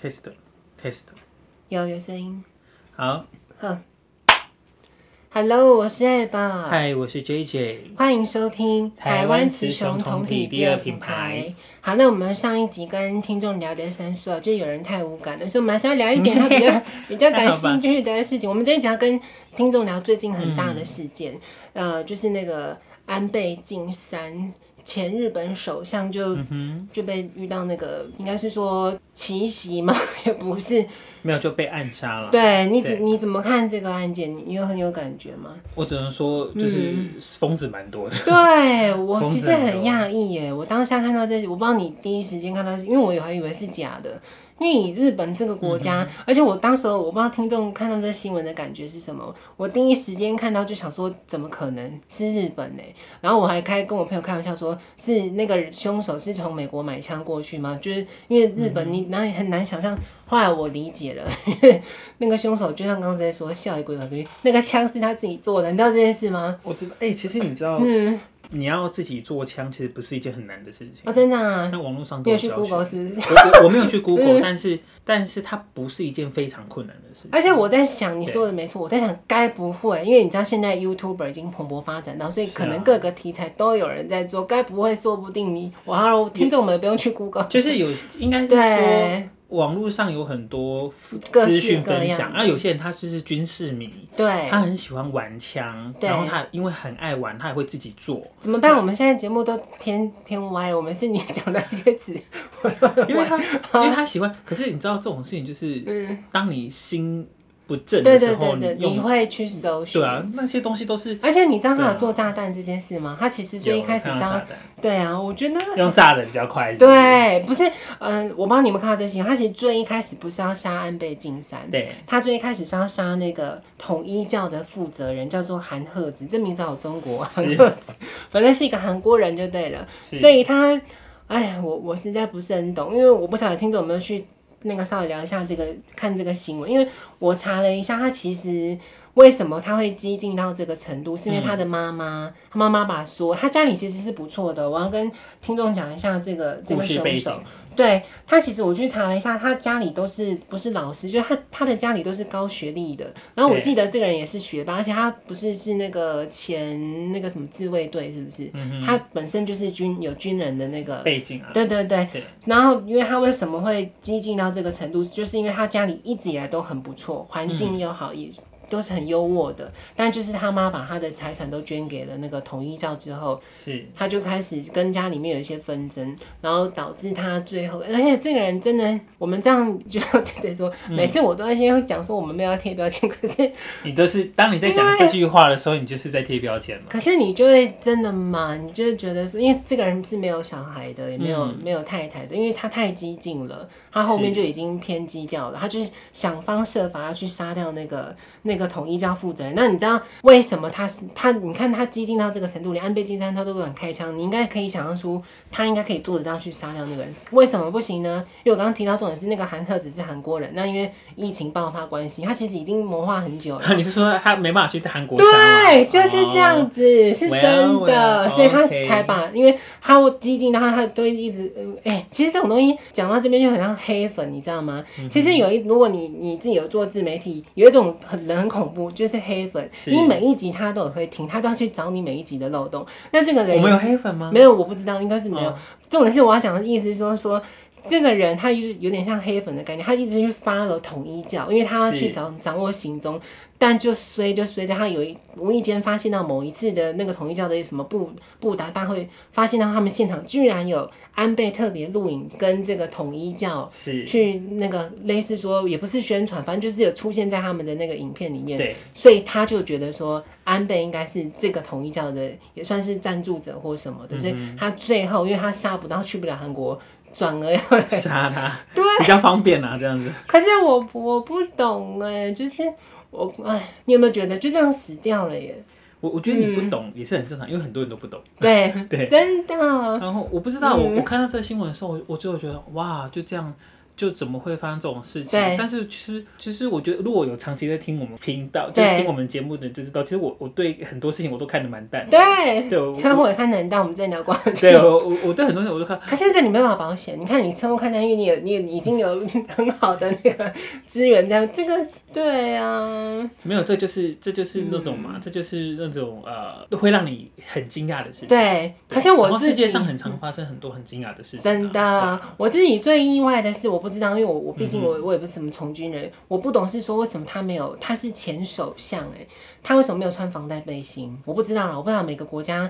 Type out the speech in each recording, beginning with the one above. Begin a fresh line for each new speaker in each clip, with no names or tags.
test test，
有有声音。
好，
好，Hello，我是艾宝，
嗨，我是 JJ，
欢迎收听
台湾雌雄同体第二品牌。
好，那我们上一集跟听众聊的三说，就有人太无感了，所以我们还是要聊一点他比较比较感兴趣的事情。我们这一集要跟听众聊最近很大的事件，呃，就是那个安倍晋三。前日本首相就、就被遇到那个，应该是说奇袭嘛， 也不是。
没有就被暗杀了。
对你
对
怎你怎么看这个案件？你你有很有感觉吗？
我只能说，
嗯
就是疯子蛮多的。
对我
疯
其
子
实
很
很
多
讶异耶，我当下看到这，我不知道你第一时间看到，因为我还以为是假的。因为以日本这个国家，而且我当时候我不知道听众看到这新闻的感觉是什么，我第一时间看到就想说，怎么可能是日本呢？然后我还开跟我朋友开玩笑说，是那个凶手是从美国买枪过去吗？就是因为日本你，然后也很难想象。后来我理解了， 因为那个凶手就像刚才说，笑一鬼鬼鬼，那个枪是他自己做的，你知道这件事吗？
我知道，哎、其实你知道，
嗯
你要自己做枪，其实不是一件很难的事情。
哦，真的、啊，
那网络上
你
都
有
有
去
教学。
Google 是不是？嗯
我我我没有去 Google，但是但是它不是一件非常困难的事情。
而且我在想，你
对
说的没错，我在想该不会，因为哎你知道现在 YouTuber 已经蓬勃发展到，所以可能各个题材都有人在做，该不会说不定你，哇，听众们不用去 Google，
就是有，应该是说
对
网络上有很多
各
资
式
讯
各
分
样
享，那有些人他就是军事迷，
对，
他很喜欢玩枪，
对
然后他因为很爱玩，他也会自己做，
怎么办？我们现在节目都偏偏歪了，我们是你讲的一些词，
因为他因为他喜欢。可是你知道这种事情就是，当你心不正
嗯对
的时
对
候，
对对，
你
你
用
会去搜寻
对。啊，那些东西都是
而且你知道他
对
有
啊
做炸弹这件事吗？他其实最一
有
开始
看
是
到炸
要，
弹，
对啊，我觉得
用炸的比较快，是不是
对，不是，嗯、我帮你们看到这些，他其实最一开始不是要杀安倍晋三，
对，
他最一开始是要杀那个统一教的负责人，叫做韩赫子，这名字好中国 啊，韩赫子，反正是一个韩国人就对了，
是
所以他，哎呀，我我实在不是很懂，因为我不晓得听众有没有去那个稍微聊一下这个看这个新闻，因为我查了一下，他其实。为什么他会激进到这个程度？是因为他
嗯
的妈妈，他妈妈把说他家里其实是不错的。我要跟听众讲一下这个这
故
个
事
凶
背
手
景，，
对他，其实我去查了一下，他家里都是不是老师，就是他他的家里都是高学历的。然后我
对
记得这个人也是学霸，而且他不是是那个前那个什么自卫队，是不是？他本身就是军有军人的那个。
背景啊，
对对对，
对
然后因为他为什么会激进到这个程度，就是因为他家里一直以来都很不错，环境又好，也都是很优渥的。但就是他妈把他的财产都捐给了那个统一教之后，
哦是
他就开始跟家里面有一些纷争，然后导致他最后，而且这个人真的，我们这样就 要对说，每次我都要先讲说我们没有要贴标签，可是
你就是当你在讲这句话的时候，你就是在贴标 签嘛。
可是你就会真的嘛，你就会觉得说，因为这个人是没有小孩的，也没有、没有太太的，因为他太激进了，他后面就已经偏激掉了，他就是想方设法要去杀掉那个那个统一教负责人。那你知道为什么他是他？你看他激进到这个程度，连安倍晋三他都敢开枪，你应该可以想象出他应该可以做得到去杀掉那个人，为什么不行呢？因为我刚刚提到重点是那个韩特只是韩国人，那因为疫情爆发关系，他其实已经谋划很久了。
你是说他没办法去韩国杀吗？
对，就是这样子，是真
Well,
的
well,
所以他
okay
才把，因为他会激进，然后他都一直，嗯哎、其实这种东西讲到这边就很像黑粉，你知道吗？
嗯
其实有一，如果你你自己有做自媒体，有一种很人很恐怖，就是黑粉，
是
你每一集他都有会听，他都要去找你每一集的漏洞。那这个人
哦我们有黑粉吗？
没有，我不知道，应该是没有
哦。
重点是我要讲的意思是说说。这个人他就是有点像黑粉的概念，他一直去 follow 统一教，因为他要去
是
掌掌握行踪，但就衰就衰在他有一无意间发现到某一次的那个统一教的什么布布达大会，发现到他们现场居然有安倍特别录影跟这个统一教
是，
去那个类似说也不是宣传，反正就是有出现在他们的那个影片里面，
对，
所以他就觉得说，安倍应该是这个统一教的，也算是赞助者或什么的，所以
嗯
他最后因为他杀不到，去不了韩国，转而要 来。
杀他，对，比较方便啊，这样子。
可是我我不懂哎、就是我哎，你有没有觉得就这样死掉了耶？
我我觉得你
嗯
不懂也是很正常，因为很多人都不懂。
对，
对
真的嗯
然后我不知道，我我看到这个新闻的时候，我我最后觉得哇，就这样就怎么会发生这种事情
对？
但是其实其实我觉得，如果有长期在听我们频道，就
对
是听我们节目的人就知道，其实我我对很多事情我都看得蛮淡的。
对，
对，我
车祸也看难道我们在聊过？
对我我我对很多事情我都看。
可是这个你没办法保险，你看你车祸看单，因为你也你也已经有很好的那个资源，这样这个对啊，
没有，这就是这就是那种
嗯
嘛，这就是那种呃，会让你很惊讶的事情。
对。可是
然
我
后
自
世界
己
上很常发生很多很惊讶的事情啊、
真的，我自己最意外的是，我不知道，因为我我毕竟
嗯
我我也不是什么从军人，我不懂是说为什么他没有，他是前首相哎、他为什么没有穿防弹背心？我不知道啦，我不知道每个国家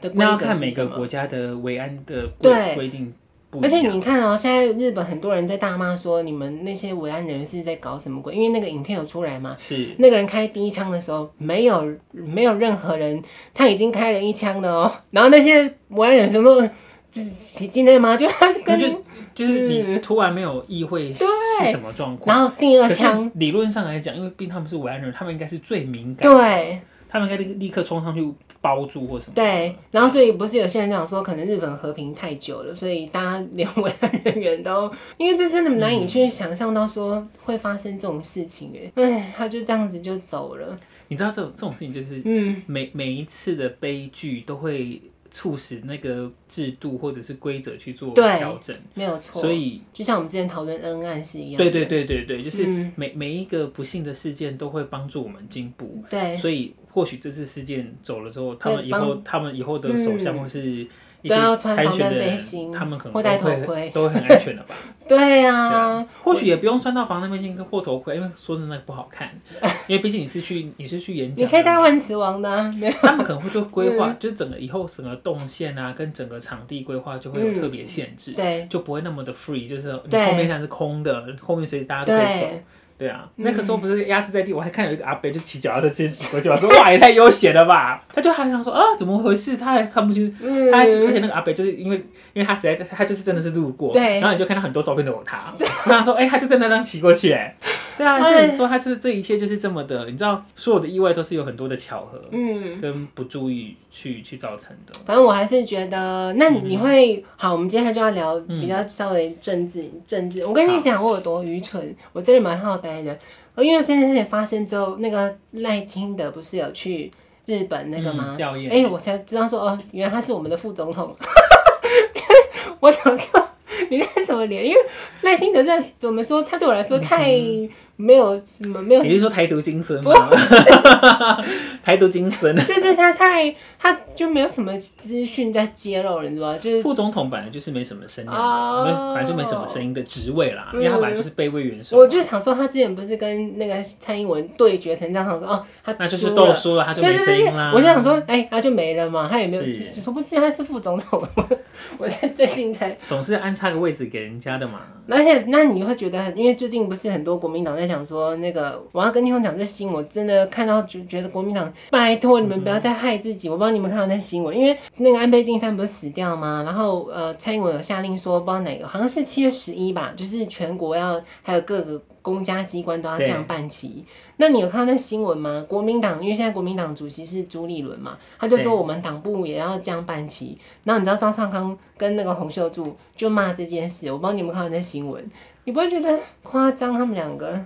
的规
那要
格
看
是
每
什
个
么。
国家的维安的
对
规规定不一
而
样。
且你看哦、现在日本很多人在大骂说你们那些维安人员是在搞什么鬼，因为那个影片有出来嘛。
是
那个人开第一枪的时候，没有没有任何人，他已经开了一枪了哦、然后那些维安人员就说：“这是今天吗？”就他
那
跟
就就是你突然没有意会是
对
什么状况。
然后第二
可是
枪，
理论上来讲，因为毕竟他们是维安人，他们应该是最敏感，
对
他们应该立立刻冲上去包住或什么。
对，然后所以不是有些人讲说，可能日本和平太久了，所以大家连维安人员都，因为这真的难以去想象到说会发生这种事情哎，哎，他就这样子就走了，
你知道这种这种事情就是
嗯，
每每一次的悲剧都会促使那个制度或者是规则去做
对
调整，
没有错，
所以
就像我们之前讨论恩案是一样的，
对对对对对，就是
嗯
每、每一个不幸的事件都会帮助我们进步，
对
所以或许这次事件走了之后，他
会
们以后他们以后的首相或是一
嗯都要
些
穿
参
防
选
弹
的
背
人
心，
他们可能
或戴
都
头盔
会 都会很安全了 吧？
对
对
啊
啊，，或许也不用穿到防弹背心跟或头盔，因为说真的那个不好 看，因为毕竟你是去你是去演讲的
你
嘛，
可以戴嗯万磁王的啊、没有
他们可能会就规 划，就是整个以后整个动线啊，跟整个场地规划就会有特别限制，
嗯对
就不会那么的 free，就是你
对
后面像是空的，后面随时大家都可以走。
对，
对啊，那个时候不是压制在地，我还看有一个阿伯就骑脚踏车直接骑过去，我说哇也太悠闲了吧！ 他就还想说啊怎么回事，他还看不清，
嗯
他还而且那个阿伯就是因为因为他实在他就是真的是路过，
对
然后你就看到很多照片都有他，然后说哎、他就在那张骑过去 哎、对啊，所以你说他就是这一切就是这么的，你知道所有的意外都是有很多的巧合，
嗯。
跟不注意去去造成的。
反正我还是觉得，那
嗯
你会、好，我们接下来就要聊比较稍微政治、政治。我跟你讲，我有多愚蠢，我真的蛮好呆的。呃因为这件事情发生之后，那个赖清德不是有去日本那个吗
嗯？吊
哎、
唁
我才知道说哦，原来他是我们的副总统。 我想说。你那什么脸？因为赖清德在怎么说？他对我来说
嗯
太没有什么没有
你是说台独精神吗？ 台独精神。
就是他太，他就没有什么资讯在揭露了，你知道吗？就是
副总统本来就是没什么声量
哦
的，没、本来就没什么声音的职位啦，
嗯
因为他本来就是卑微元首，
我就想说，他之前不是跟那个蔡英文对决成这样，他说哦，他
那就是
输
斗
了。
输了，他就
对
没
对
声
对，
音啦。
我就想说，哎、他就没了嘛，他也没有，
是
殊不知他是副总统。 我是最近才，
总是安插个位置给人家的嘛。
而且那你会觉得很，因为最近不是很多国民党在讲说那个，我要跟听众讲这新闻，我真的看到就觉得国民党，拜托你们不要再害自己。我不知道你们看到那新闻，因为那个安倍晋三不是死掉吗？然后呃，蔡英文有下令说，不知道哪个，好像是七月十一吧，就是全国要还有各个公家机关都要
对
降半旗。那你有看到那新闻吗？国民党因为现在国民党主席是朱立伦嘛，他就说
对
我们党部也要降半旗。然后你知道张尚康跟那个洪秀柱就骂这件事，我不知道你有没有看到那新闻，你不会觉得夸张？他们两个，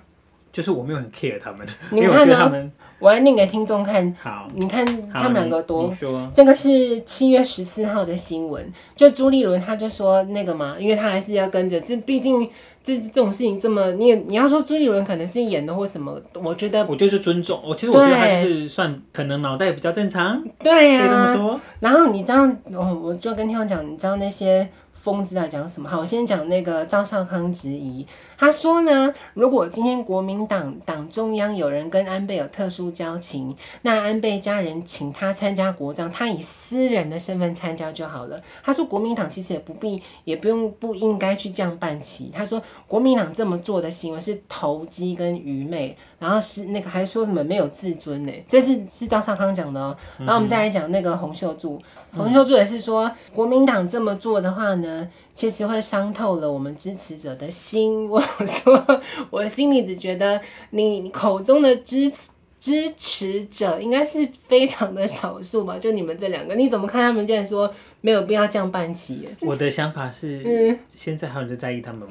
就是我没有很 care 他们，
你
因为我
看啊
觉得他们
我要念给听众看，
好，
你看
好
他们两个
你
多
你说
这个是七月十四号的新闻，就朱立伦他就说那个嘛，因为他还是要跟着，这毕竟这这种事情这么，你也你要说朱立伦可能是演的或什么，我觉得
我就是尊重，哦我其实我觉得他
对
就是算可能脑袋比较正常，
对啊
可以
呀、
这么说。
然后你知道，我我就跟听众讲，你知道那些疯子在讲什么？好，我先讲那个赵少康质疑，他说呢，如果今天国民党党中央有人跟安倍有特殊交情，那安倍家人请他参加国葬，他以私人的身份参加就好了。他说国民党其实也不必，也不用不应该去降半旗。他说国民党这么做的行为是投机跟愚昧，然后是那个还说什么没有自尊呢、这是是赵少康讲的哦、然后我们再来讲那个洪秀柱，洪秀柱也是说国民党这么做的话呢。其实会伤透了我们支持者的心。 我说，我心里只觉得你口中的支持支持者应该是非常的少数吧？ 就你们这两个，你怎么看他们？竟然说没有必要降半旗耶，嗯
我的想法是，现在还有人在在意他们吗？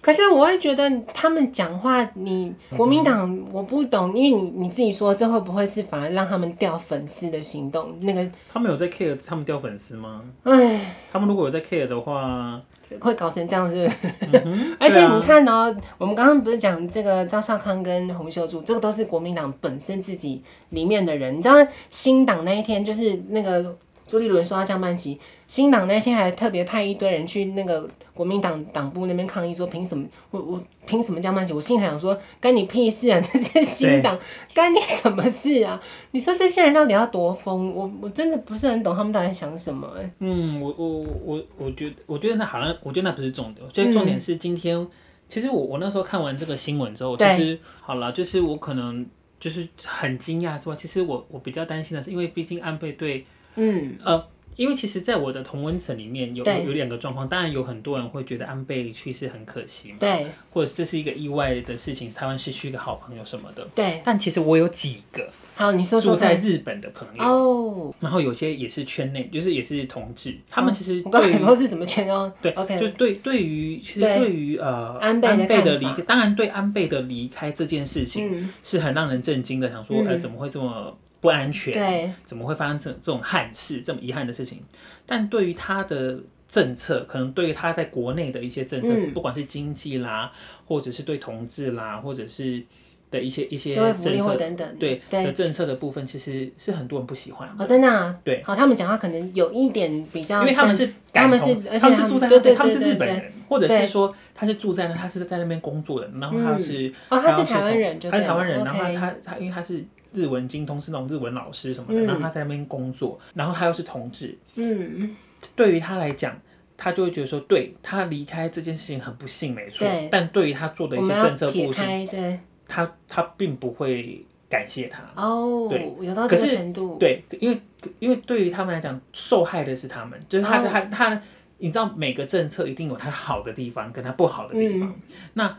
可是我会觉得他们讲话，你国民党我不懂，因为你你自己说这会不会是反而让他们掉粉丝的行动？那个，
他们有在 care 他们掉粉丝吗？
唉，
他们如果有在 care 的话，
会搞成这样是不是？
嗯
而且你看
啊
哦、我们刚刚不是讲这个赵少康跟洪秀柱，这个都是国民党本身自己里面的人。你知道新党那一天就是那个朱立伦说到降半旗，新党那一天还特别派一堆人去那个国民党党部那边抗议，说凭什么我我凭什么降半旗？我心里想说干你屁事啊！这些新党干你什么事啊？你说这些人到底要多疯？我我真的不是很懂他们到底在想什么、欸。
嗯，我我我我觉得，我觉得那好像，我觉得那不是重点，我觉
嗯
得重点是今天，其实我我那时候看完这个新闻之后，其
对
实好了，就是我可能就是很惊讶之外，其实我我比较担心的是，因为毕竟安倍对
嗯，
呃，因为其实在我的同温层里面有
对
有有两个状况，当然有很多人会觉得安倍去世很可惜嘛，
对
或者这是一个意外的事情，台湾失去一个好朋友什么的。
对，
但其实我有几个
好，你说
住
说
在
看。
日本的朋友，
哦，
然后有些也是圈内，就是也是同志，他们其实
嗯我刚
对
才
于
说是什么圈哦？
对
，OK，
就是对对于其实
对
对于呃
安倍的看
的
法
离开，当然对安倍的离开这件事情
嗯，
是很让人震惊的，想说
嗯
呃怎么会这么不安全？
对，
怎么会发生这这种憾事、这么遗憾的事情？但对于他的政策，可能对于他在国内的一些政策，
嗯
不管是经济啦，或者是对同志啦，或者是的一些一些
社会福利
政
或
策，
等等，
对
对
的政策的部分，其实是很多人不喜欢的
哦，真的、啊，
对，
好，他们讲话可能有一点比较
因
正，
为他们是
他
感
们
同
是而且
他们
他
是
们
住在
对
那边，
对
他们是
对对
日本
对
人，或者
对
是说他是住在那，他是在那边工作的，然后他是
哦，他
要
是
去
台湾
同
人就
他
对
是
了，
台湾人，然后
OK
他他因为他是日文精通，是那种日文老师什么的，
嗯
然后他在那边工作，然后他又是同志，
嗯，
对于他来讲，他就会觉得说，对他离开这件事情很不幸，没错
对。
但对于他做的
我
一些
们要
政策
撇
不幸，
开对
他他并不会感谢他。
哦
对，
有到这
可
个
是
程度，
对，因为因为对于他们来讲，受害的是他们，就是他的、
哦
他他，你知道每个政策一定有它好的地方跟它不好的地方。那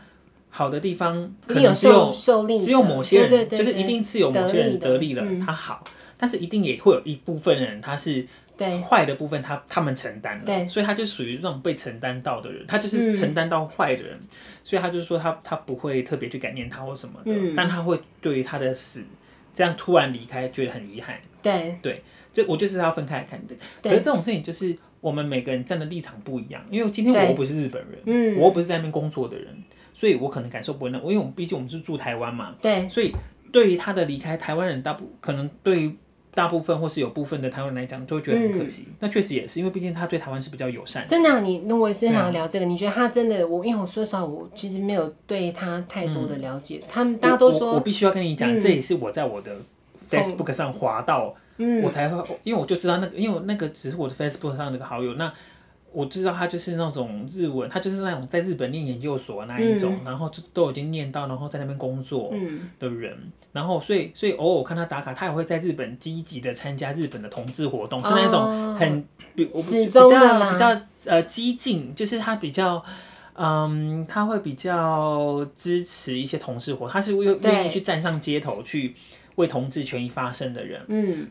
好的地方
一
可
嗯定有
能只有
受受力者，
只有某些人，
对对对
就是
对
一定是有某些人得利了，
得利的嗯
他好，但是一定也会有一部分人他是
对
坏的部分他，他们承担
对嗯
了，所以他就属于这种被承担到的人，他就是承担到坏的人，所以他就说他他不会特别去感念他或什么的，
嗯
但他会对于他的死这样突然离开觉得很遗憾。
对
这我就是要分开来看的，可
对
是这种事情就是我们每个人站的立场不一样，因为今天我
对
又不是日本人，
嗯
我又不是在那边工作的人，所以我可能感受不会那，因为我们毕竟我们是住台湾嘛，
对
所以对于他的离开，台湾人大部可能对于大部分或是有部分的台湾人来讲，就会觉得很可惜。
嗯
那确实也是，因为毕竟他对台湾是比较友善的。
真的啊、你那我也是想要聊这个。你觉得他真的，我因为我说实话，我其实没有对他太多
嗯
的了解。他们嗯大家都
我我我
说，
必须要跟你讲，
嗯
这也是我在我的 Facebook 上滑到，
嗯，
我才会，因为我就知道那个，因为我那个只是我的 Facebook 上的一个好友，那我知道他就是那种日文，他就是那种在日本念研究所那一种，然后就都已经念到，然后在那边工作
嗯
的人，然后所以所以偶尔我看他打卡，他也会在日本积极的参加日本的同志活动，是那种
哦
很比我不
始
比较
终的啦
比较呃激进，就是他比较嗯，他会比较支持一些同事活，他是愿
对
愿意去站上街头去为同志权益发声的人。
嗯，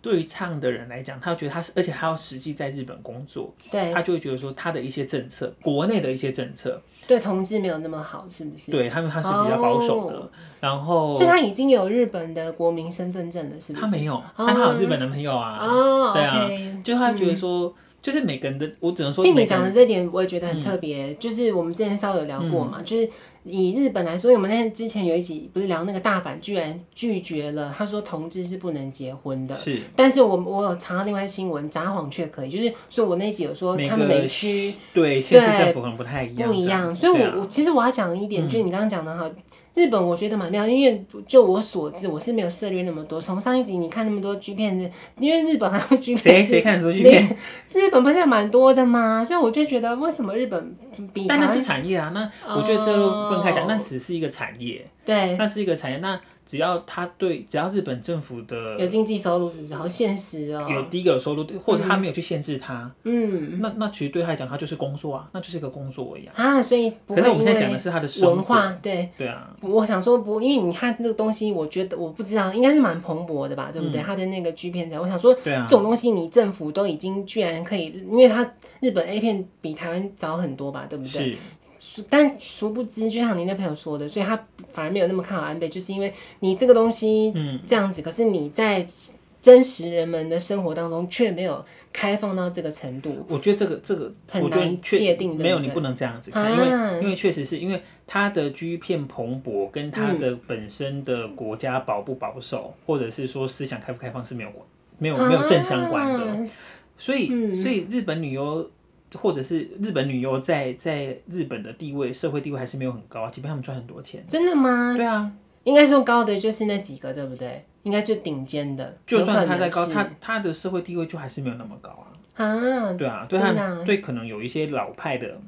对于唱的人来讲，他觉得他是，而且他要实际在日本工作，
对
他就会觉得说他的一些政策，国内的一些政策，
对，同志没有那么好，是不是？
对他们他是比较保守的。
哦
然后
所以他已经有日本的国民身份证了，是不哦是？
他没有，但他有日本男朋友啊。
哦，
对啊
OK
就他觉得说，
嗯
就是每个人的，我只能说
就
每
你
个
讲
人嗯
的这点，我也觉得很特别。就是我们之前稍微有聊过嘛，就是以日本来说，因为我们那之前有一集不是聊那个大阪居然拒绝了，他说同志是不能结婚的。
是
但是我我有查到另外新闻，札幌却可以，就是所以我那一集有说
每
他们每
个
区
对县市
对
政府可能不太一样，
不一
这
样，
子
所以我、
对啊嗯
我其实我要讲一点，就是你刚刚讲的哈，日本我觉得蛮妙，因为就我所知，我是没有涉猎那么多。从上一集你看那么多 G 片子，因为日本还有 G
谁
片
谁
子，
看得出去片？
日本不是还蛮多的吗？所以我就觉得为什么日本比
但
台
那
湾
是产业啊，那我觉得这个分开
哦
讲，那只是一个产业，
对
那是一个产业。那只要他对，只要日本政府的
有经济收入是不是好现实哦？
有第一个有收入，或者他没有去限制他，
嗯
那那其实对他来讲，他就是工作啊，那就是一个工作而已啊。
啊，所以不
可
会
是我们
因
现在讲的
为
是他的生活
文，化对。
对啊，
我想说不，因为你看这个东西，我觉得我不知道，应该是蛮蓬勃的吧，对不对？它的那个 G 片仔，我想说，
嗯对啊
这种东西你政府都已经居然可以，因为它日本 A 片比台湾早很多吧，对不对？
是
殊但殊不知，就像您那朋友说的，所以他反而没有那么看好安倍，就是因为你这个东西这样子，
嗯
可是你在真实人们的生活当中却没有开放到这个程度。
我觉得这个这个，
很
我觉得
难
确
界定对不
没有，你
对
不能这样子看，
啊
因为因为确实是因为它的 G 片蓬勃跟它的本身的国家保不保守，或者是说思想开不开放是没有关，没
啊
有没有正相关的。
的。
所以，
嗯
所以日本女优或者是日本女优在在日本的地位、社会地位还是没有很高，啊即便他们赚很多钱。
真的吗？
对啊，
应该说高的就是那几个，对不对？应该就顶尖的，
就算
有可
她
能
再高，
是
她她的社会地位就还是没有那么高啊。
啊，
对啊，对他
真的
们、
啊
对可能有一些老派的，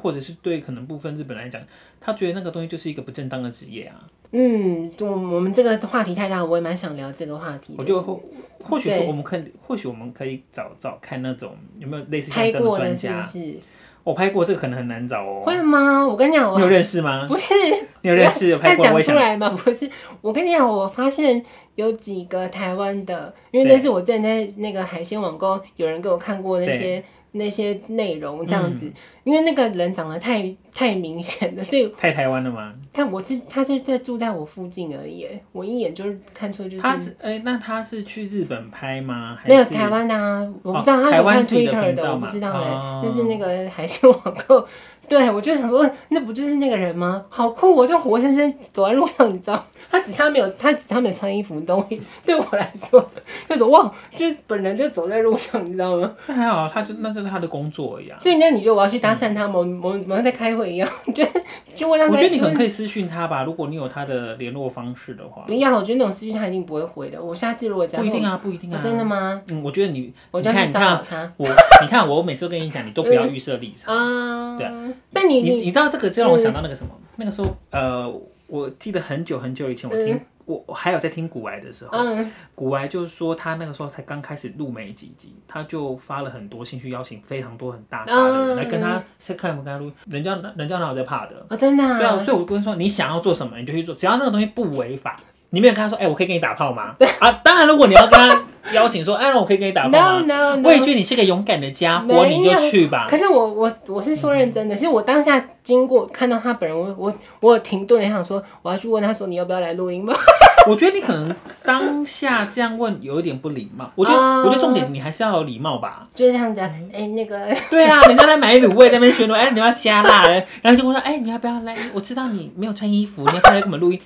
或者是对可能部分日本来讲，他觉得那个东西就是一个不正当的职业啊。
嗯，我我们这个话题太大，我也蛮想聊这个话题的。
我就或或许
对
我们可以，或许我们可以找找看那种有没有类似像
拍
这样的
过
专
的是不
家。
是？
我、拍过这个可能很难找哦。
会吗？我跟你讲，我
你有认识 吗？
不是
你有啊认识有 拍
要
过？我
讲
也
出
想
来嘛？不是，我跟你讲，我发现有几个台湾的，因为那
对
是我之前在那个海鲜网购，有人给我看过那些那些内容这样子，
嗯
因为那个人长得太太明显了，所以
太台湾了吗？
他我是他是在住在我附近而已，我一眼就是看出就是
他是哎、那他是去日本拍吗？还
没有
是
台湾的啊，我不
哦
知道他
台
有
湾
看
自己的
Twitter
频
的，
道
我不
嘛
知道哎
哦，
但是那个 海鲜网购，对我就想说，那不就是那个人吗？好酷哦，我就活生生走在路上，你知道，他只差没有，他只差没有穿衣服，你懂我意思？ 对我来说，那种哇，就是本人就走在路上，你知道吗？
那还好，啊他就那就是他的工作而已啊。
所以那你觉得我要去搭讪他吗？我们我们我们在开会一样， 就是就问他说，
我觉得你
请
可能
问
可以私讯他吧，如果你有他的联络方式的话
不。要，我觉得那种私讯他一定不会回的。我下次如果假
不
设
一定啊，不一定
我
啊。
真的吗？
嗯，我觉得你，
我
你
就要
看，
去
你
骚
看啊
扰他
我，你看我每次都跟你讲，你都不要预设立场。
啊。
对
但嗯你
你
你嗯
你知道这个，就让我想到那个什么，那个时候，呃，我记得很久很久以前，我听我我还有在听古癌的时候，
嗯
古癌就是说他那个时候才刚开始录没几集，他就发了很多兴趣邀请，非常多很大咖的人来
嗯
跟他，是看不跟他录，人家人家哪有在怕的？
哦，真的、啊。
对啊，所以我跟你说，你想要做什么你就去做，只要那个东西不违法。你没有跟他说，哎、我可以跟你打炮吗？啊，当然，如果你要跟他邀请说， 哎、我可以跟你打炮吗
No no no！
我也觉得你是个勇敢的家
没有
伙，你就去吧。
可是我我我是说认真的，其实我当下经过看到他本人，我我我有停顿，想说我要去问他说你要不要来录音吗？
我觉得你可能当下这样问有一点不礼貌。我觉得
啊
我觉得重点你还是要有礼貌吧。
就是这样子啊，哎、那 个
对啊，人家在买卤味在那边宣读，哎、你要不要加辣，然后就问说，哎、你要不要来？我知道你没有穿衣服，你要不要来跟我们录音？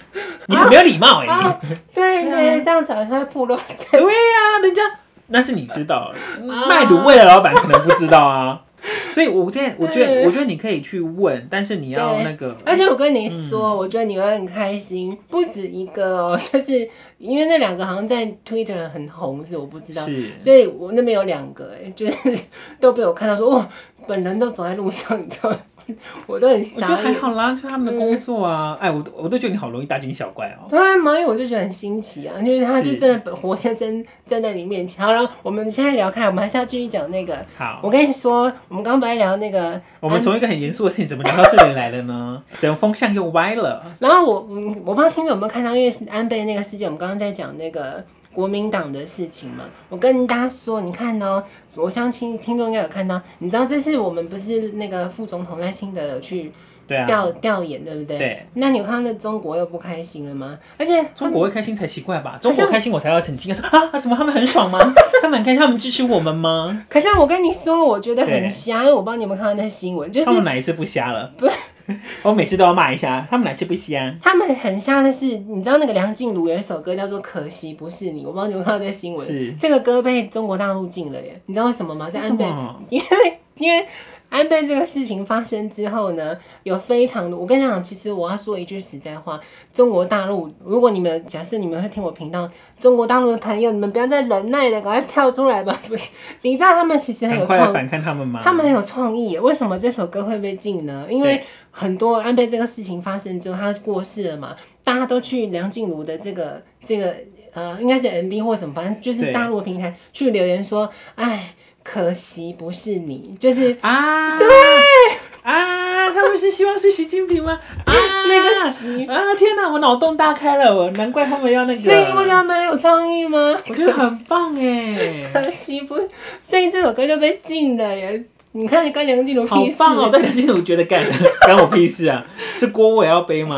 你很没有礼貌 哎、
啊，对对，这样子好像会暴露。
对呀、人家那是你知道，
哦
卖卤味的老板可能不知道 啊。所以，我现在我觉得，
对
我觉得你可以去问，但是你要
对
那个，
而且我跟你说，我觉得你会很开心，不止一个哦，就是因为那两个好像在 Twitter 很红，是我不知道，
是
所以我那边有两个、哎， 就是都被我看到说，哇，本人都走在路上，你知道吗， 我都很
我觉得
傻
还
眼。
好啦，就是他们的工作啊。哎，我都我都觉得你好容易大惊小怪哦。
对啊，蚂蚁我就觉得很新奇啊，因为他就是真的活生生站在你面前。好了，我们现在聊开，我们还是要继续讲那个。
好，
我跟你说，我们刚刚本来聊那个，
我们从一个很严肃的事情，怎么聊到这里来了呢？
嗯
整个风向又歪了。
然后我嗯，我不知道听众有没有看到，因为安倍那个事件，我们刚刚在讲那个国民党的事情嘛。我跟大家说，你看哦，我相信听众应该有看到，你知道这次我们不是那个副总统赖清德有去
对啊，
调调研，对不对？
对。
那你有看到那中国又不开心了吗？而且
中国会开心才奇怪吧？
可
中
是
国开心我才要澄清，说啊，什么他们很 爽吗？他们很开心，他们支持我们吗？
可是啊我跟你说，我觉得很
对
瞎，因为我不知道你们看到那新闻，就是
他们哪一次不瞎了？不， 我每次都要骂一下，他们哪一次不瞎？
他们很瞎的是，你知道那个梁静茹有一首歌叫做《可惜不是你》，我不知道你们看到这新闻，
是
这个歌被中国大陆禁了耶，你知道为什么吗？在安倍
为什么，
因为因为安倍这个事情发生之后呢，有非常的，我跟你讲，其实我要说一句实在话，中国大陆，如果你们假设你们会听我频道，中国大陆的朋友，你们不要再忍耐了，赶快跳出来吧！不是，你知道他们其实很
赶
有
快来
创
反抗他们吗？
他们很有创意耶，为什么这首歌会被禁呢？因为
对
很多安倍这个事情发生之后，他过世了嘛，大家都去梁静茹的这个这个呃，应该是 MB 或什么，反正就是
对
大陆的平台去留言说，哎，可惜不是你，就是
啊， 对啊，他们是希望是习近 平吗？啊，
那个习
啊，天哪，我脑洞大开了，我难怪他们要那个，
所以你不觉得他们很有创意吗？
我觉得很棒哎。
可惜不，所以这首歌就被禁了耶。你看你跟梁静茹
好
屁事，
棒哦！但梁静茹觉得 干干我屁事啊，这锅我也要背吗？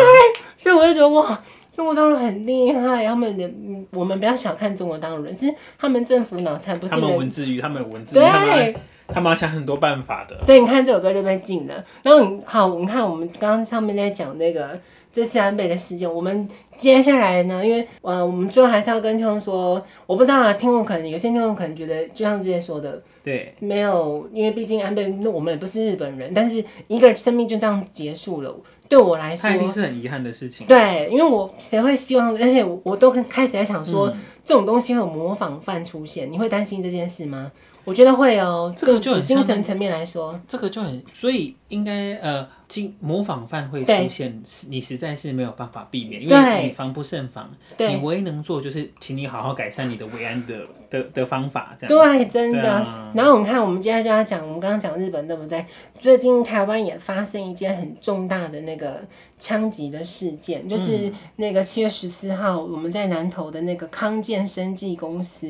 所以我就觉得哇，中国大陆很厉害，他们人，我们不要小看中国大陆人，是他们政府脑残，不是
他们
人
文字狱，他们有文字狱，他们
对
要，他们要想很多办法的。
所以你看这首歌就被禁了。然后你好，你看我们刚刚上面在讲那个这次安倍的事件，我们接下来呢，因为呃，我们最后还是要跟听众说，我不知道啊，听众可能有些听众可能觉得，就像之前说的，
对，
没有，因为毕竟安倍，那我们也不是日本人，但是一个生命就这样结束了，对我来哎说
他一，定是很遗憾的事情。
对，因为我谁会希望？而且我我都开始在想说，
嗯
这种东西会有模仿犯出现，你会担心这件事吗？我觉得会哦、
这个就
以
很
精
像
神层面来说，
这个就很，所以应该呃，经模仿犯会
对
出现，是你实在是没有办法避免，因
对
为你防不胜防。
对
你唯一能做就是，请你好好改善你的维安的的的方法，这样。
对，真
对
的
啊。
然后你看，我们今天就要讲，我们刚刚讲日本，对不对？最近台湾也发生一件很重大的那个枪击的事
嗯
件，就是那个七月十四号，我们在南投的那个康健生技公司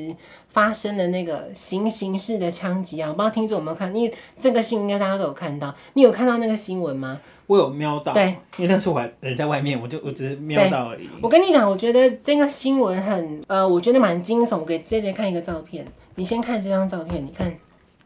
发生了那个行刑式的枪击啊！我不知道听众有没有看，因为这个新闻应该大家都有看到。你有看到那个新闻吗？
我有瞄到，
对
因为那时候我还人在外面，我就我只是瞄到而已。
我跟你讲，我觉得这个新闻很，呃，我觉得蛮惊悚。我给 J J 看一个照片，你先看这张照片，你看。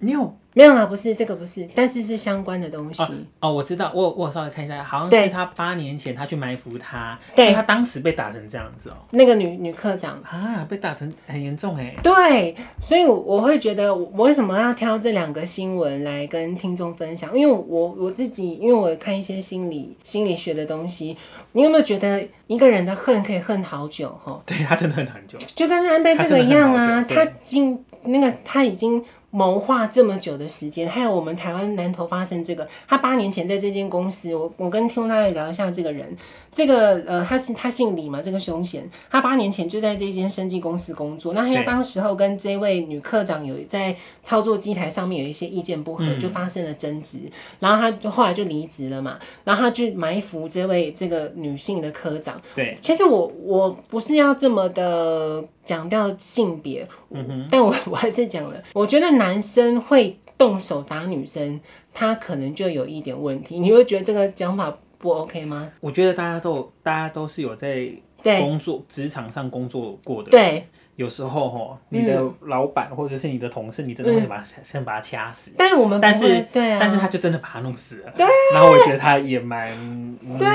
你有
没有啦，不是这个不是，但是是相关的东西。
哦，我知道，我有我有稍微看一下，好像
对
是他八年前他去埋伏他，
对
所以他当时被打成这样子哦，
那个女女科长，
啊，被打成很严重哎，
对，所以我我会觉得，我为什么要挑这两个新闻来跟听众分享？因为我我自己，因为我看一些心理心理学的东西，你有没有觉得一个人的恨可以恨好久？哈，
对他真的很难救，
就跟安倍这个一样啊，
他真的很
他
好
经那个他已经谋划这么久的时间，还有我们台湾南投发生这个，他八年前在这间公司，我我跟听众大概聊一下这个人，这个呃，他是他姓李嘛，这个凶险，他八年前就在这间生技公司工作，那他
对
当时候跟这位女科长有在操作机台上面有一些意见不合，
嗯
就发生了争执，然后他就后来就离职了嘛，然后他去埋伏这位这个女性的科长。
对，
其实我我不是要这么的讲掉性别，
嗯
但我 我还是讲了，我觉得男生会动手打女生，他可能就有一点问题。你会觉得这个讲法不 OK 吗？
我觉得大家都有大家都是有在
嗯对
工作职场上工作过的，
对，嗯
有时候吼，你的老板或者是你的同事，你真的会把他先把他掐死，
但是我们不
但是
会，对啊，
但是他就真的把他弄死了，对，然后我觉得他也蛮嗯
对，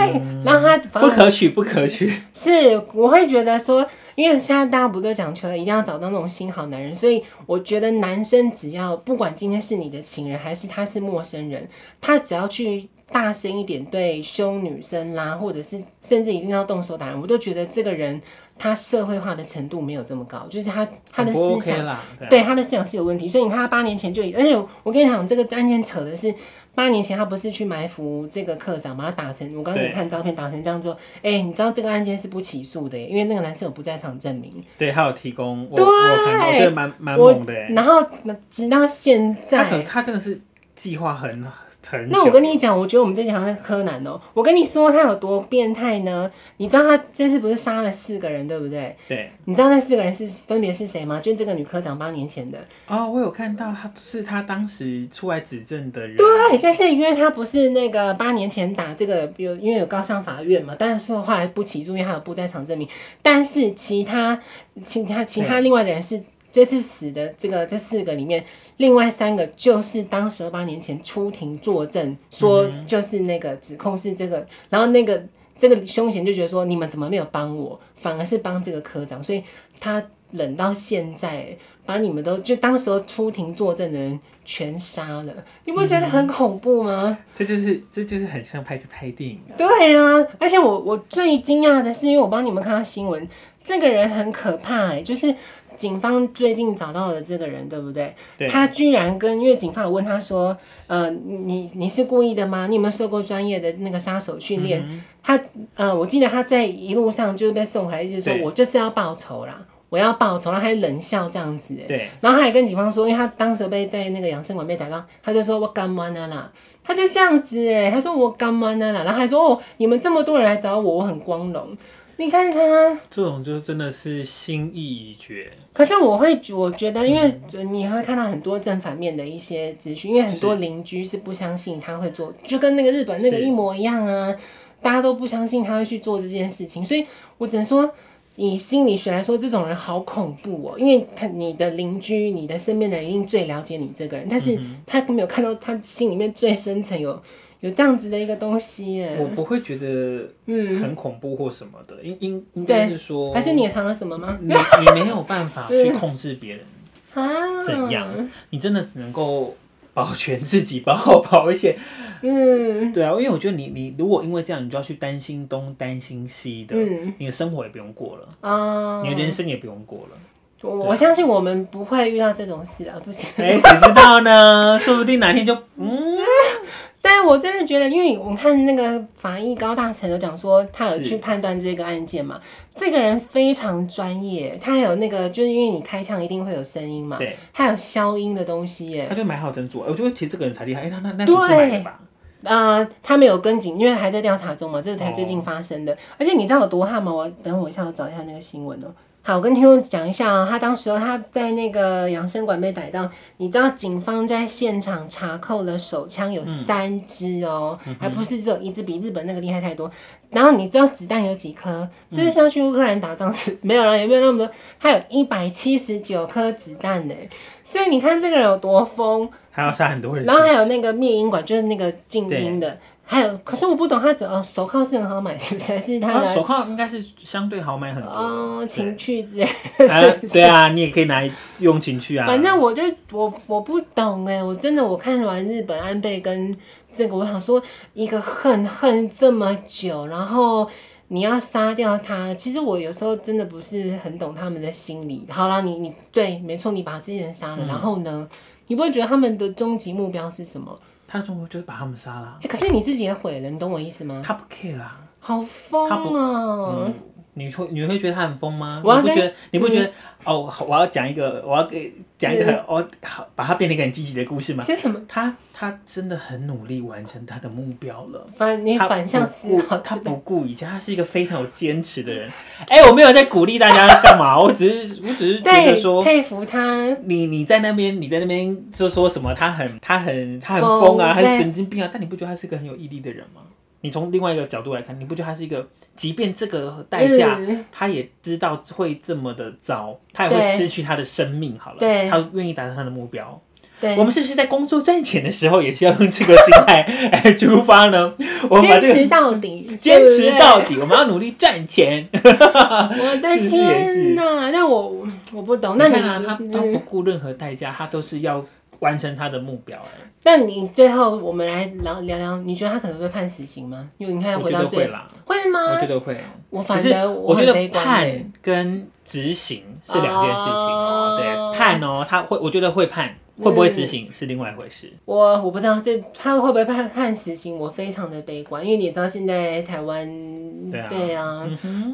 然后他反
不
而
可取，不可取，
是，我会觉得说，因为现在大家不都讲求了一定要找到那种新好男人，所以我觉得男生只要不管今天是你的情人还是他是陌生人，他只要去大声一点对凶女生啦，或者是甚至一定要动手打人，我都觉得这个人他社会化的程度没有这么高，就是他他的
很不 OK
思
啊
想
啦，对
对他的思想是有问题，所以你看他八年前就已，而且我跟你讲，这个案件扯的是八年前他不是去埋伏这个科长，把他打成，我刚刚给你
对
看照片打成这样之后，哎、你知道这个案件是不起诉的耶，因为那个男生有不在场证明，
对，他有提供，我我有看到，我觉得蛮蛮
我
猛的耶，
然后直到现
他可
在。
他真的是计划很很
那我跟
久，
你讲，我觉得我们在讲那个柯南哦、我跟你说他有多变态呢？你知道他这次不是杀了四个人，对不对？
对，
你知道那四个人是分别是谁吗？就是这个女科长八年前的，
哦，我有看到，他是他当时出来指证的人，
对，就是因为他不是那个八年前打这个，有因为有告上法院嘛，但是后来不起诉，因为他有不在场证明。但是其他其他其他另外的人是这次死的这个这四个里面，另外三个就是当时八年前出庭作证，说就是那个指控是这个，然后那个这个凶嫌就觉得说你们怎么没有帮我，反而是帮这个科长，所以他忍到现在，把你们都就当时候出庭作证的人全杀了，你不觉得很恐怖吗？
这就是这就是很像拍拍电影啊，
对啊，而且我我最惊讶的是，因为我帮你们看到新闻，这个人很可怕哎、就是。警方最近找到了这个人，对不对？
对
他居然跟，因为警方有问他说，呃，你你你是故意的吗？你有没有受过专业的那个杀手训
嗯
练？他呃，我记得他在一路上就是被送回来，一直说
对
我就是要报仇啦，我要报仇，然后还冷笑这样子、哎
对，
然后他还跟警方说，因为他当时被在那个养生馆被打到，他就说我干嘛呢啦？他欸就这样子哎，他说我干嘛呢啦？然后还说哦，你们这么多人来找我，我很光荣。你看他，
这种就是真的是心意已决，
可是我会我觉得，因为你会看到很多正反面的一些资讯，因为很多邻居是不相信他会做，就跟那个日本那个一模一样啊，大家都不相信他会去做这件事情，所以我只能说。以心理学来说，这种人好恐怖哦，因为他你的邻居、你的身边的人一定最了解你这个人，但是他没有看到他心里面最深层有有这样子的一个东西耶。
我不会觉得很恐怖或什么的，应应应该
嗯对，
是说，
还是你也藏了什么吗？
你你没有办法去控制别人
啊，
怎样？，你真的只能够保全自己，保好保险。
嗯
对啊，因为我觉得你你如果因为这样，你就要去担心东担心西的，
嗯
你的生活也不用过了，
啊，
你的人生也不用过了。
我我相信我们不会遇到这种事啊，不行。
哎、谁知道呢？说不定哪天就嗯，
但是我真的觉得，因为我看那个法医高大成有讲说，他有去判断这个案件嘛，这个人非常专业，他还有那个就是因为你开枪一定会有声音嘛，
对，
他有消音的东西耶。
他就买好珍珠。我觉得其实这个人才厉害，哎、他那那不是买的吧？
呃，他没有跟进，因为还在调查中嘛，这个才最近发生的。而且你知道有多悍吗？我等我一下，我找一下那个新闻哦、好，我跟听众讲一下啊、他当时候他在那个养生馆被逮到，你知道警方在现场查扣了手枪有三支哦、还不是只有一支，比日本那个厉害太多。然后你知道子弹有几颗？这是要去乌克兰打仗时、没有了，也没有那么多，他有一百七十九颗子弹呢、所以你看这个人有多疯，
还要杀很多人，
然后还
是
有那个灭音管，就是那个静音的，还有，可是我不懂他怎么、哦、手铐是很好买，是不是？还是
不
他
是啊
的
手铐应该是相对好买很多的。
哦
对
情趣之类的？
啊 对啊，你也可以拿来用情趣啊。
反正我就我我不懂哎，我真的我看完日本安倍跟这个，我想说一个恨恨这么久，然后你要杀掉他，其实我有时候真的不是很懂他们的心理。好啦，你你对，没错，你把这些人杀了，
嗯
然后呢，你不会觉得他们的终极目标是什么？
他的中国就是把他们杀了啊，
欸可是你自己也毁了，你懂我意思吗？
他不 care 啊。
好疯
嗯
哦！
你会你会觉得他很疯吗？
我要
你不
跟
觉得你不觉
嗯
得、哦？好我要讲一个，我要给讲一个很哦，好，把它变成一个很积极的故事吗？
是什么？
他他真的很努力完成他的目标了。
反你
他
反向
不
思哦
顾
考，
他不顾一切，他是一个非常有坚持的人。哎、我没有在鼓励大家干嘛，我只是我只是觉得
对，
说，
佩服他。
你你在那边你在那边就说什么他很他很他很疯啊，他
疯
是
对
神经病啊，但你不觉得他是一个很有毅力的人吗？你从另外一个角度来看，你不觉得他是一个，即便这个代价，
嗯
他也知道会这么的糟，他也会
对
失去他的生命，好了，
对
他愿意达成他的目标。
对
我，们是不是在工作赚钱的时候也是要用这个心态 来出发呢？我们把
坚
这个
持到 底，
坚持到
底。
底，我们要努力赚钱。
我的
是不是也是
天哪！那我我不懂。 那
你
你
看啊，他
嗯
他不顾任何代价，他都是要完成他的目标、哎
那你最后我们来聊聊聊，你觉得他可能会判死刑吗？因为你看
我
回
觉
到
得
这
会
里，
啦，
会
我
吗
觉？得会。
啊我
只
反
是
而
我
很
觉得
悲观欸耶
判跟执行是两件事情哦、
哦嗯
对，判哦，他会，我觉得会判，会不会执行是另外一回事。
我我不知道这他会不会判判死刑，我非常的悲观，因为你知道现在台湾
对啊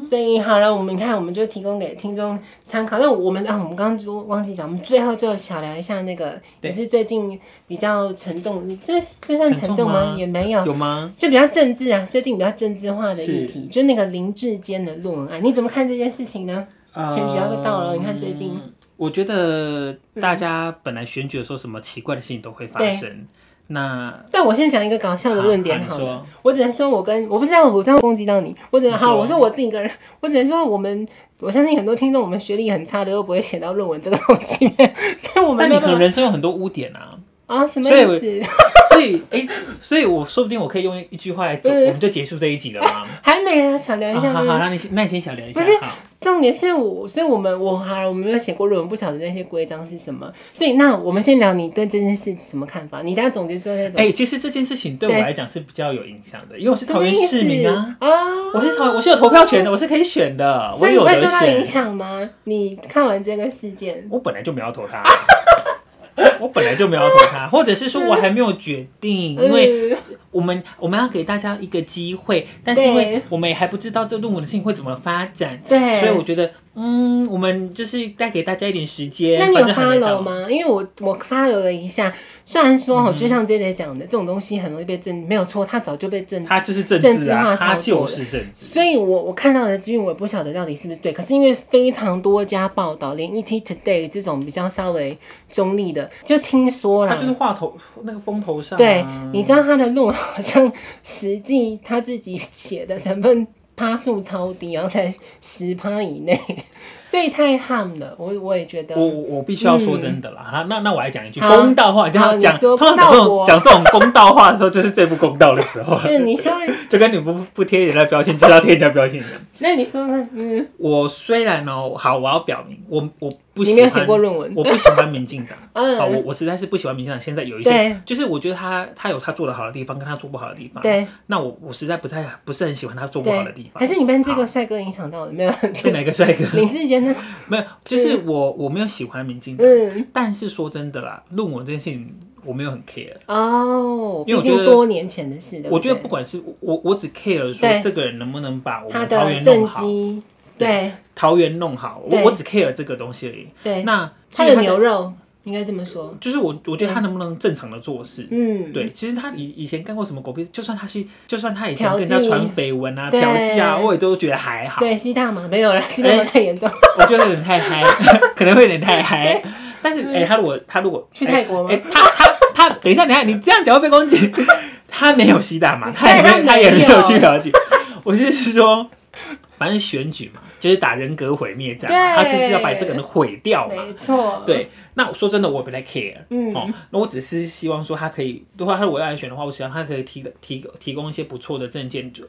所以好了，我们看我们就提供给听众参考。那我们啊，我们刚刚就忘记讲，我们最后最后小聊一下那个，也是最近比较沉重，这这算沉
沉
重
重
吗
吗？
也没有。
有吗？
就比较政治啊，最近比较政治化的议
是
题，就那个林志坚的论文案，你怎么看这件事情呢？选举要到了，你看最近，
嗯我觉得大家本来选举的时候，什么奇怪的事情都会发生。那
但我先讲一个搞笑的论点好
好
了，我只能说，我跟我不知道我这样攻击到你，我只能
你
好，
说
我说我自己一个人，我只能说我们，我相信很多听众，我们学历很差的又不会写到论文这个东西，所以我们
但
没
你
有
可
办
能
法
人生有很多污点 啊，
啊，什么
所以
意思？
所以哎、所以我说不定我可以用一句话来结，
嗯
我们就结束这一集了吗？
还没啊，小聊
啊
一下
好好，
呢。
那你先那你先小聊一下
不是。
好，
重点是我，所以我们我好了，我们没有写过论文，不晓得那些规章是什么，所以那我们先聊你对这件事什么看法，你大家总结出来再总
哎、其实这件事情对我
对
来讲是比较有影响的，因为我是桃园市民啊，
啊，
我是桃，我是有投票权的，我是可以选的，我
那你
有
会
得
受到影
选。
响吗？你看完这个事件，
我本来就没有要投他， 我本来就没有要投他，或者是说我还没有决定，因为
嗯
我们我们要给大家一个机会，但是因为我们也还不知道这论文的事情会怎么发展，
对，
所以我觉得，嗯，我们就是带给大家一点时间。
那你有
反正还没到
follow 吗？因为我我 follow 了一下，虽然说哈，
嗯
就像 J J 讲的，这种东西很容易被政，没有错，他早就被政。
他就是政
政
治
治化
啊，
操
他就
作嗯
是政治。
所以我我看到的资讯，我也不晓得到底是不是对。可是因为非常多家报道，连 ET Today 这种比较稍微中立的，就听说
他
啦
就。是话头那个风头上、啊，
对，你知道他的论文好像实际他自己写的成分趴数超低，然后才十趴以内， 所以太ham 了。我我也觉得
我我我必须要说真的啦，那那那我来讲一句
嗯好
公道话，这
好
样
你
讲，
说
通常讲这
那我
种讲这种公道话的时候，就是最不公道的时 候了，
那你说，
就跟你不不贴人家标签，就是要贴人家标签一样。
那你说，嗯，
我虽然哦，好，我要表明，我我不
你
喜
没有
欢，
写过论文，
我不喜欢民进党。好，我
嗯，
我实在是不喜欢民进党。现在有一
对
些，就是我觉得他他有他做的好的地方，跟他做不好的地方。
对
那我我实在不太不是很喜欢他做不好的地
对，
方。
还是你被这个帅哥影响到了没有？
是哪个帅哥？
林志坚呢？
没有，就是我我没有喜欢民进党。
嗯，
但是说真的啦，论文这件事情我没有很 care。
哦，
因为
毕
我
竟
觉得
多年前的事了。
我觉得
对
不管是我，我只 care
对
说这个人能不能把我
他
们桃
的
园弄
政
好，
绩，对
桃园弄好，
对
我我只 care 这个东西而已。
对，
那
他
至于
的牛肉应该这么说，
就是我，我觉得他能不能正常的做事。
嗯，
对，其实他以以前干过什么狗屁，就算他去，就算他以前
嫖
跟
妓
人家传绯闻啊、
对
嫖妓啊，我也都觉得还好。
对，吸大麻没有了，吸大麻太严重。
我觉得有点太嗨， 可能会有点太嗨。但是，哎、他如果他如果
去
哎
泰国吗
哎、他他他，等一下，等一下，你这样讲会被攻击。他没有吸大麻，他也没有，
对他
他
没有
也没有去了解。我是说，反正选举嘛，就是打人格毁灭战嘛，他
对
就是要把这个人毁掉嘛。
没错，，
哎对，那我说真的，我也不太 care。
嗯
哦，那我只是希望说他可以，如果他如果要来选的话，我希望他可以提提提供一些不错的证件，就而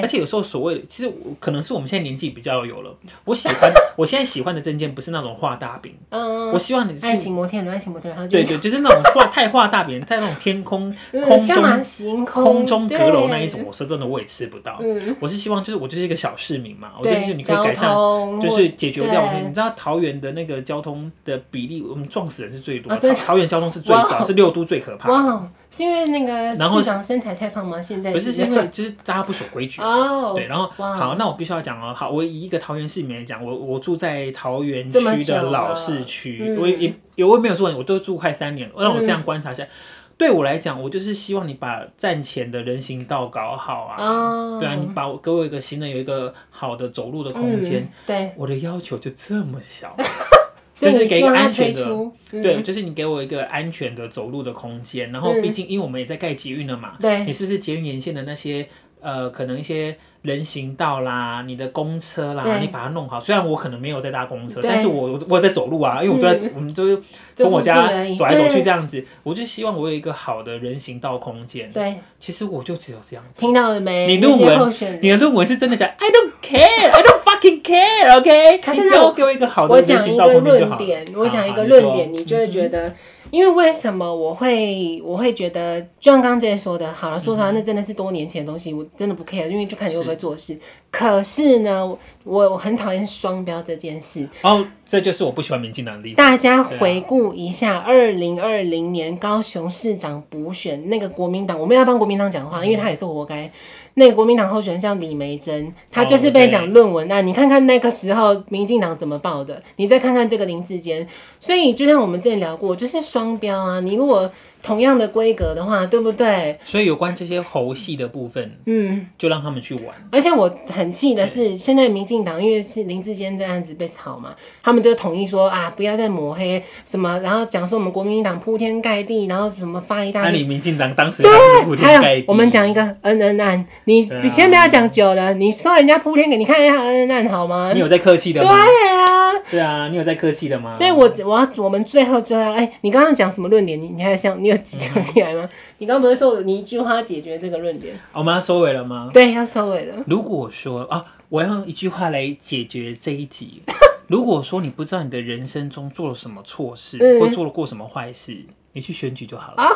对，
且有时候所谓的，其实我可能是我们现在年纪比较有了，我喜欢我现在喜欢的证件不是那种画大饼，
嗯
我，希望你是
爱情摩天轮，爱情摩天轮，
对对，就是那种画 太画大饼，在那种天空
嗯
空
天马
中
行
空中阁楼那一种，
对
我说真的我也吃不到。
嗯，
我是希望就是我就是一个小市民嘛，哦我就
对，
是你可以改善
交。通
就是解决掉我
对
们，你知道桃园的那个交通的比例，我们撞死人是最多
啊真
的，
的
桃桃园交通是最
哇
早，是六都最可怕的。
哇，是因为那个
然后
市长身材太胖吗？现在
不是 是因为就是大家不守规矩，
哦，
对，然后
哇
好，那我必须要讲哦，好，我以一个桃园市民来讲，我我住在桃园
这么
区
久
的
了
老市区
嗯，
我也也也我也没有说，我都住快三年了，让我这样观察一下，对我来讲，我就是希望你把站前的人行道搞好啊，
哦，
对啊，你把我给我一个行人有一个好的走路的空间，
嗯，对，
我的要求就这么小，
所以
就是
你
给
希望
一个
他
安全
推
的
出，嗯
对，就是你给我一个安全的走路的空间，然后
嗯
毕竟因为我们也在盖捷运了嘛，
对
你是不是捷运沿线的那些呃，可能一些人行道啦，你的公车啦，
对
你把它弄好。虽然我可能没有在搭公车，
对
但是我我有在走路啊，因为我都在、我们就是
这
从我
附近
家
而已
走来走去
对
这样子，我就希望我有一个好的人行道空间。
对，
其实我就只有这样子。
听到了没？
你
那
论
些
文
候选人
你的论文是真的讲，I don't care，I don't fucking care，OK？、
可是
你只
那
要
我
给我一个好
我
的人
讲
行
一
道
个
空间就
论
好了。
点，我讲一个
好
论点，
你嗯
你
说
就会觉得，因为为什么我会我会觉得，就像刚刚姐说的，好了，
嗯
说实话，那真的是多年前的东西，我真的不 care，因为就看你会不会做事。可是呢，我我很讨厌双标这件事。
哦，这就是我不喜欢民进党的地方。
大家回顾一下，二零二零年高雄市长补选那个国民党，我们要帮国民党讲话，
嗯
因为他也是活该。那个国民党候选人叫李梅珍，他就是被讲论文案。你看看那个时候民进党怎么报的，你再看看这个林志坚。所以就像我们之前聊过，就是双标啊。你如果同样的规格的话，对不对？
所以有关这些猴戏的部分，
嗯。
就让他们去玩。
而且我很气的是，现在民进党因为是林志坚这案子被炒嘛，他们就统一说啊，不要再抹黑什么，然后讲说我们国民党铺天盖地，然后什么发一
那、
大堆。
啊你民进党当时当时铺
还
天盖
有
地，，
啊我们讲一个恩恩案，你
对啊
你先不要讲久了，你说人家铺天给你看一下恩恩案好吗
你？有在客气的
对
吗？
啊，
对啊，你有在客气的吗？
所以我只我要我们最后最后，哎、你刚刚讲什么论点？你你还想你有讲起来吗？
嗯
你刚刚不是说你一句话解决这个论点？
我们要哦收尾了吗？
对，要收尾了。
如果说啊，我要用一句话来解决这一 集。如果说你不知道你的人生中做了什么错事，
嗯
或做了过什么坏事，你去选举就好了。
啊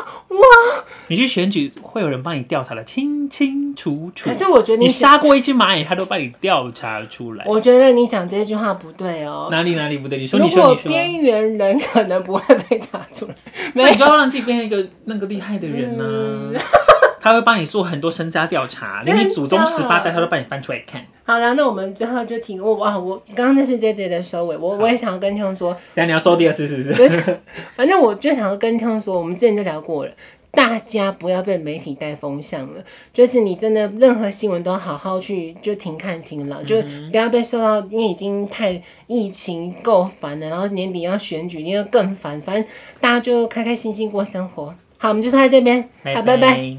你去选举，会有人帮你调查的清清楚楚。
可是我觉得你
你杀过一只蚂蚁，他都帮你调查出来。
我觉得你讲这句话不对哦、
哪里哪里不对？你说，
如
你说，
果
你说。
边缘人可 能不会被查出来，
那
没有嗯
你就要让自己变成一个那个厉害的人呐、啊 他会帮你做很多身家调查，连你祖宗十八
啊
代他都帮你翻出来看。
好了，那我们最后就停。我哇，我刚刚那是 J J 的收尾，我我也想要跟听众说，
等下你要收第二次是不 是？
反正我就想要跟听众说，我们之前就聊过了。大家不要被媒体带风向了，就是你真的任何新闻都好好去就停看停了，
嗯
就不要被受到，因为已经太疫情够烦了，然后年底要选举，因为更烦，反正大家就开开心心过生活。好，我们就到这边，好，拜拜。